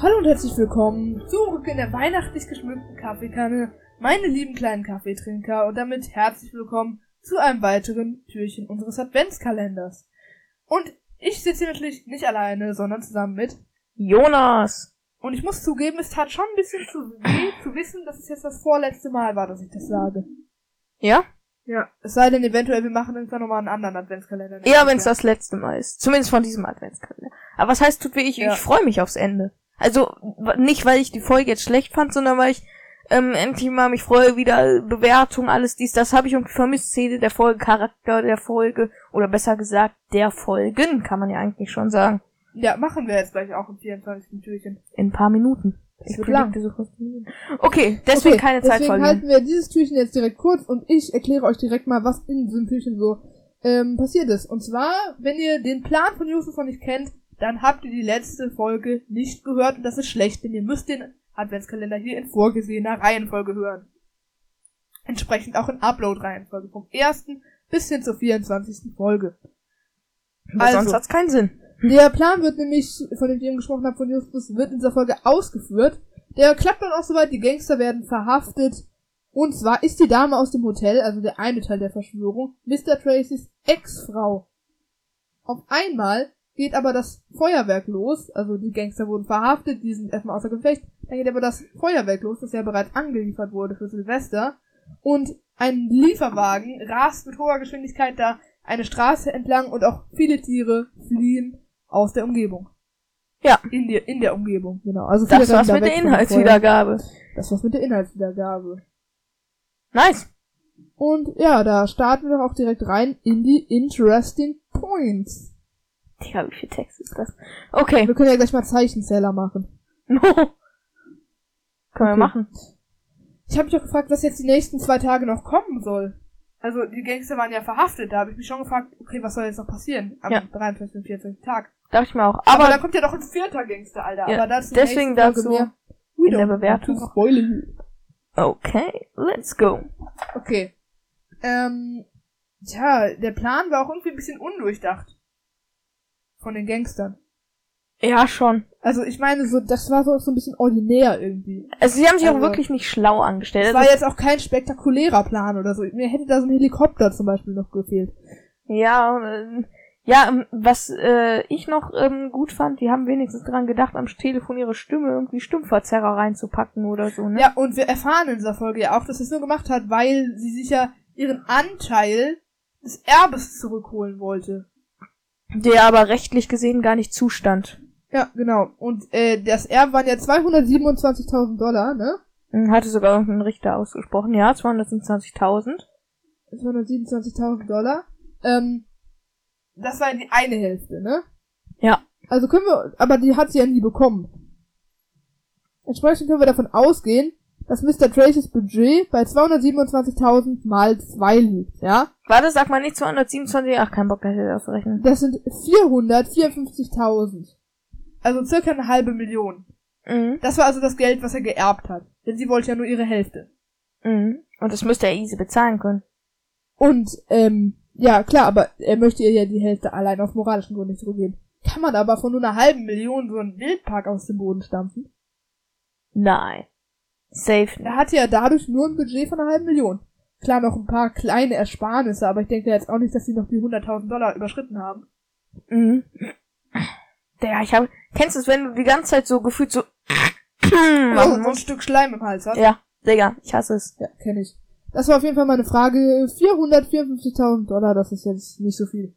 Hallo und herzlich willkommen zurück in der weihnachtlich geschmückten Kaffeekanne, meine lieben kleinen Kaffeetrinker und damit herzlich willkommen zu einem weiteren Türchen unseres Adventskalenders. Und ich sitze hier natürlich nicht alleine, sondern zusammen mit Jonas. und ich muss zugeben, es tat schon ein bisschen zu weh zu wissen, dass es jetzt das vorletzte Mal war, dass ich das sage. Ja? Ja. Es sei denn, eventuell wir machen irgendwann nochmal einen anderen Adventskalender. Eher wenn es das letzte Mal ist. Zumindest von diesem Adventskalender. Aber was heißt tut weh? Ich, Ja. ich freue mich aufs Ende. Also w- nicht, weil ich die Folge jetzt schlecht fand, sondern weil ich ähm, endlich mal mich freue, wieder Bewertung, alles dies, das habe ich irgendwie vermisst. Szene der Folge, Charakter der Folge oder besser gesagt der Folgen, kann man ja eigentlich schon sagen. Ja, machen wir jetzt gleich auch im 24. Türchen. In ein paar Minuten. Es Ich wird lang. predikte so fast nie. Okay, deswegen Okay, keine deswegen Zeitfolge. halten wir dieses Türchen jetzt direkt kurz und ich erkläre euch direkt mal, was in diesem Türchen so ähm, passiert ist. Und zwar, wenn ihr den Plan von Yusuf noch nicht kennt, dann habt ihr die letzte Folge nicht gehört und das ist schlecht, denn ihr müsst den Adventskalender hier in vorgesehener Reihenfolge hören. Entsprechend auch in Upload-Reihenfolge vom ersten bis hin zur 24. Folge. Weil Also. Sonst hat's keinen Sinn. Der Plan wird nämlich, von dem ich eben gesprochen habe, von Justus, wird in dieser Folge ausgeführt. Der klappt dann auch soweit, die Gangster werden verhaftet. Und zwar ist die Dame aus dem Hotel, also der eine Teil der Verschwörung, Mr. Tracys Ex-Frau. Auf einmal geht aber das Feuerwerk los, also die Gangster wurden verhaftet, die sind erstmal außer Gefecht. Dann geht aber das Feuerwerk los, das ja bereits angeliefert wurde für Silvester. Und ein Lieferwagen rast mit hoher Geschwindigkeit da eine Straße entlang und auch viele Tiere fliehen aus der Umgebung. Ja. In, die, in der Umgebung, genau. Also viele Das rennen war's da mit weg der von dem Inhaltswiedergabe. Feuer. Das war's mit der Inhaltswiedergabe. Nice. Und ja, da starten wir doch auch direkt rein in die Interesting Points. Digga, wie viel Text ist das? Okay. Wir können ja gleich mal Zeichenzähler machen. Hm. No. Können wir machen. Ich habe mich auch gefragt, was jetzt die nächsten zwei Tage noch kommen soll. Also die Gangster waren ja verhaftet, da habe ich mich schon gefragt, okay, was soll jetzt noch passieren am Ja. 23. und 24. Tag. Dachte ich mir auch. Aber, da Aber kommt ja noch ein vierter Gangster, Alter. Ja, Aber das ist deswegen dazu in der Bewertung. okay, let's go. Okay. Ähm, tja, der Plan war auch irgendwie ein bisschen undurchdacht. Von den Gangstern. Ja, schon. Also ich meine, so, das war so, so ein bisschen ordinär irgendwie. Also sie haben sich auch Also, wirklich nicht schlau Es angestellt. war Also, jetzt auch kein spektakulärer Plan oder so. Mir hätte da so ein Helikopter zum Beispiel noch gefehlt. ja, ähm, ja, ähm, was äh, ich noch ähm, gut fand, die haben wenigstens dran gedacht, am Telefon ihre Stimme irgendwie Stimmverzerrer reinzupacken oder so, ne? Ja, und wir erfahren in dieser Folge ja auch, dass sie es nur gemacht hat, weil sie sich ja ihren Anteil des Erbes zurückholen wollte. Der aber rechtlich gesehen gar nicht zustand. Ja, genau. Und äh, das Erbe waren ja 227.000 Dollar, ne? Hm, Hatte sogar irgendein Richter ausgesprochen. Ja, 227.000. 227.000 Dollar. Ähm, das war die eine Hälfte, ne? Ja. Also können wir, aber die hat sie ja nie bekommen. Entsprechend können wir davon ausgehen, dass Mr. Tracys Budget bei 227.000 mal 2 liegt, ja? Warte, sag mal nicht 227. Ach, kein Bock, das jetzt auszurechnen. Das sind 454.000. Also circa eine halbe Million. Mhm. Das war also das Geld, was er geerbt hat. Denn sie wollte ja nur ihre Hälfte. Mhm. Und das müsste er easy bezahlen können. Und, ähm, ja, klar, aber er möchte ihr ja die Hälfte allein aus moralischen Gründen nicht zurückgeben. Kann man aber von nur einer halben Million so einen Wildpark aus dem Boden stampfen? Nein. Safe Er nicht. hatte ja dadurch nur ein Budget von einer halben Million. Klar, noch ein paar kleine Ersparnisse, aber ich denke ja jetzt auch nicht, dass sie noch die 100.000 Dollar überschritten haben. Mhm. Ja, ich habe. Kennst du es, wenn du die ganze Zeit so gefühlt so machen so ein musst? Stück Schleim im Hals hat. Ja, Digga, ich hasse es. Ja, kenne ich. Das war auf jeden Fall meine Frage. 454.000 Dollar, das ist jetzt nicht so viel.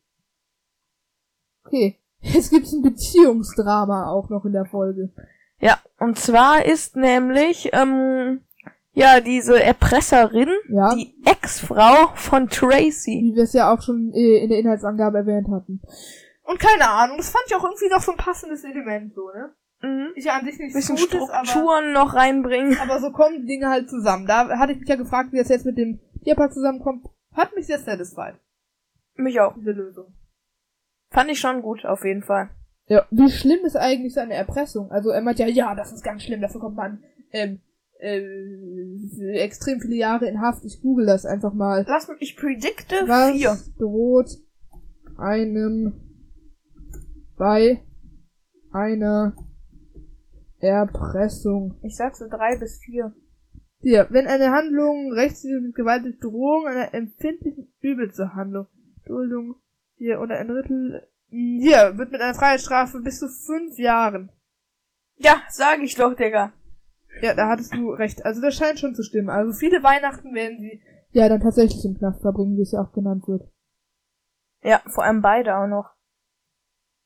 Okay. Jetzt gibt's ein Beziehungsdrama auch noch in der Folge. Ja, und zwar ist nämlich, ähm, ja, diese Erpresserin, Ja. die Ex-Frau von Tracy. wie wir es ja auch schon äh, in der Inhaltsangabe erwähnt hatten. Und keine Ahnung, das fand ich auch irgendwie noch so ein passendes Element, so, ne? Mhm. Ist ja an sich nichts Bisschen Gutes, aber, Strukturen noch reinbringen. Aber so kommen die Dinge halt zusammen. Da hatte ich mich ja gefragt, wie das jetzt mit dem Tierpark zusammenkommt. Hat mich sehr satisfied, Mich auch. diese Lösung. Fand ich schon gut, auf jeden Fall. Ja, wie schlimm ist eigentlich so eine Erpressung? Also er meint ja, ja, das ist ganz schlimm, dafür kommt man ähm, äh, extrem viele Jahre in Haft. Ich google das einfach mal. Lass mich, ich predikte Was vier. droht einem bei einer Erpressung. Ich sag so drei bis vier. Hier, wenn eine Handlung rechtswidrig mit Gewalt durch Drohung einer empfindlichen Übel zur Handlung, Duldung, hier, oder ein Drittel, hm, hier, wird mit einer Freiheitsstrafe bis zu fünf Jahren. Ja, sag ich doch, Digga. Ja, da hattest du recht. Also das scheint schon zu stimmen. Also viele Weihnachten werden sie ja dann tatsächlich im Knast verbringen, wie es ja auch genannt wird. Ja, vor allem beide auch noch.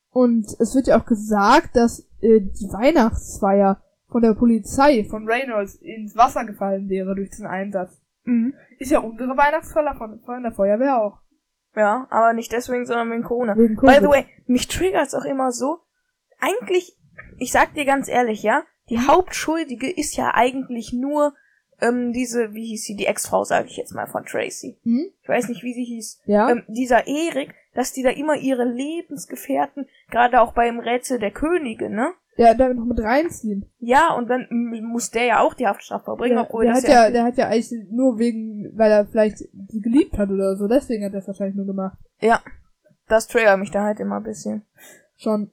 Und es wird ja auch gesagt, dass äh, die Weihnachtsfeier von der Polizei von Reynolds ins Wasser gefallen wäre durch den Einsatz. Mhm. Ist ja unsere Weihnachtsfeier von, von der Feuerwehr auch. Ja, aber nicht deswegen, sondern wegen Corona. Wegen By Covid. the way, mich triggert's auch immer so. Eigentlich, ich sag dir ganz ehrlich, ja, die Hauptschuldige ist ja eigentlich nur ähm, diese, wie hieß sie, die Ex-Frau, sage ich jetzt mal, von Tracy. Hm? Ich weiß nicht, wie sie hieß. Ja? Ähm, dieser Erik, dass die da immer ihre Lebensgefährten, gerade auch beim Rätsel der Könige, ne? ja, da noch mit reinziehen. Ja, und dann m- muss der ja auch die Haftstrafe verbringen, Der, obwohl der das hat ja, der hat ja eigentlich nur wegen, weil er vielleicht sie geliebt hat oder so, deswegen hat er es wahrscheinlich nur gemacht. das triggert mich da halt immer ein bisschen. Schon.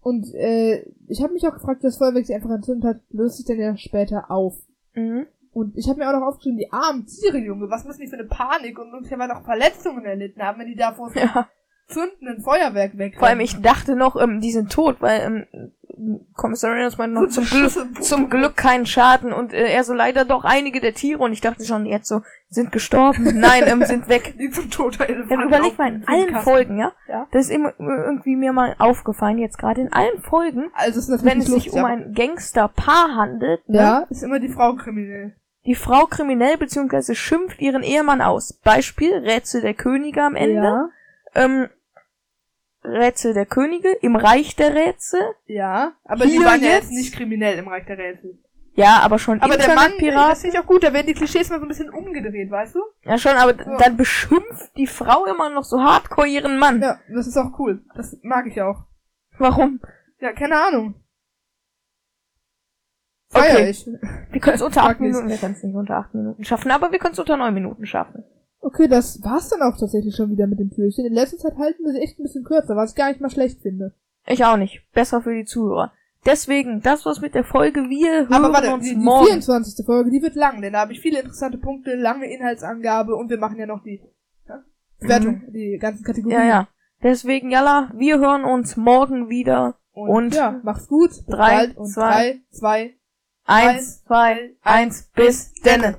Und äh, ich habe mich auch gefragt, wie das Feuerwerk sich einfach entzündet hat, löst sich denn ja später auf. Mhm. Und ich habe mir auch noch aufgeschrieben, die armen Tiere, Junge, was müssen die für eine Panik und möglicherweise auch Verletzungen erlitten haben, wenn die da vor so Ja. zündenden Feuerwerk weg. Vor allem, ich dachte noch, ähm, die sind tot, weil ähm, Kommissar Reynolds meinte noch zum Glück, zum Glück keinen Schaden und äh, er so leider doch einige der Tiere und ich dachte schon jetzt so, sind gestorben, nein, ähm, sind weg. die zum Tod Dann überleg mal, in allen Folgen, ja? Ja. Das ist immer irgendwie mir mal aufgefallen, jetzt gerade in allen Folgen, Also es ist natürlich wenn es sich lustig, um aber- ein Gangsterpaar handelt, ne? ja, ist immer die Frau kriminell. die Frau kriminell bzw. schimpft ihren Ehemann aus. Beispiel Rätsel der Könige am Ende. Ja, Ähm, Rätsel der Könige im Reich der Rätsel. ja, aber Hier die waren ja jetzt jetzt? nicht kriminell im Reich der Rätsel. Ja, aber schon Aber der Mann, Internetpirat. das finde ich auch gut, da werden die Klischees mal so ein bisschen umgedreht, weißt du? Ja schon, aber d- dann beschimpft die Frau immer noch so hardcore ihren Mann. Ja, das ist auch cool. Das mag ich auch. Warum? Ja, keine Ahnung. Okay. Feier ich. Wir können es unter Frag acht mich. Minuten, wir können es nicht unter acht Minuten schaffen, aber wir können es unter neun Minuten schaffen. Okay, das war's dann auch tatsächlich schon wieder mit dem Türchen. In letzter Zeit halten wir sie echt ein bisschen kürzer, was ich gar nicht mal schlecht finde. Ich auch nicht. Besser für die Zuhörer. Deswegen, das war's mit der Folge. Wir hören Aber warte, uns die, die morgen. 24. Folge, die wird lang, denn da habe ich viele interessante Punkte, lange Inhaltsangabe und wir machen ja noch die ja, Bewertung, die ganzen Kategorien. Mhm. Ja, ja. Deswegen, Jalla, wir hören uns morgen wieder. Und, Und- ja, macht's gut. Bis Drei, bald und zwei, drei, zwei, Eins, zwei, eins, bis denne.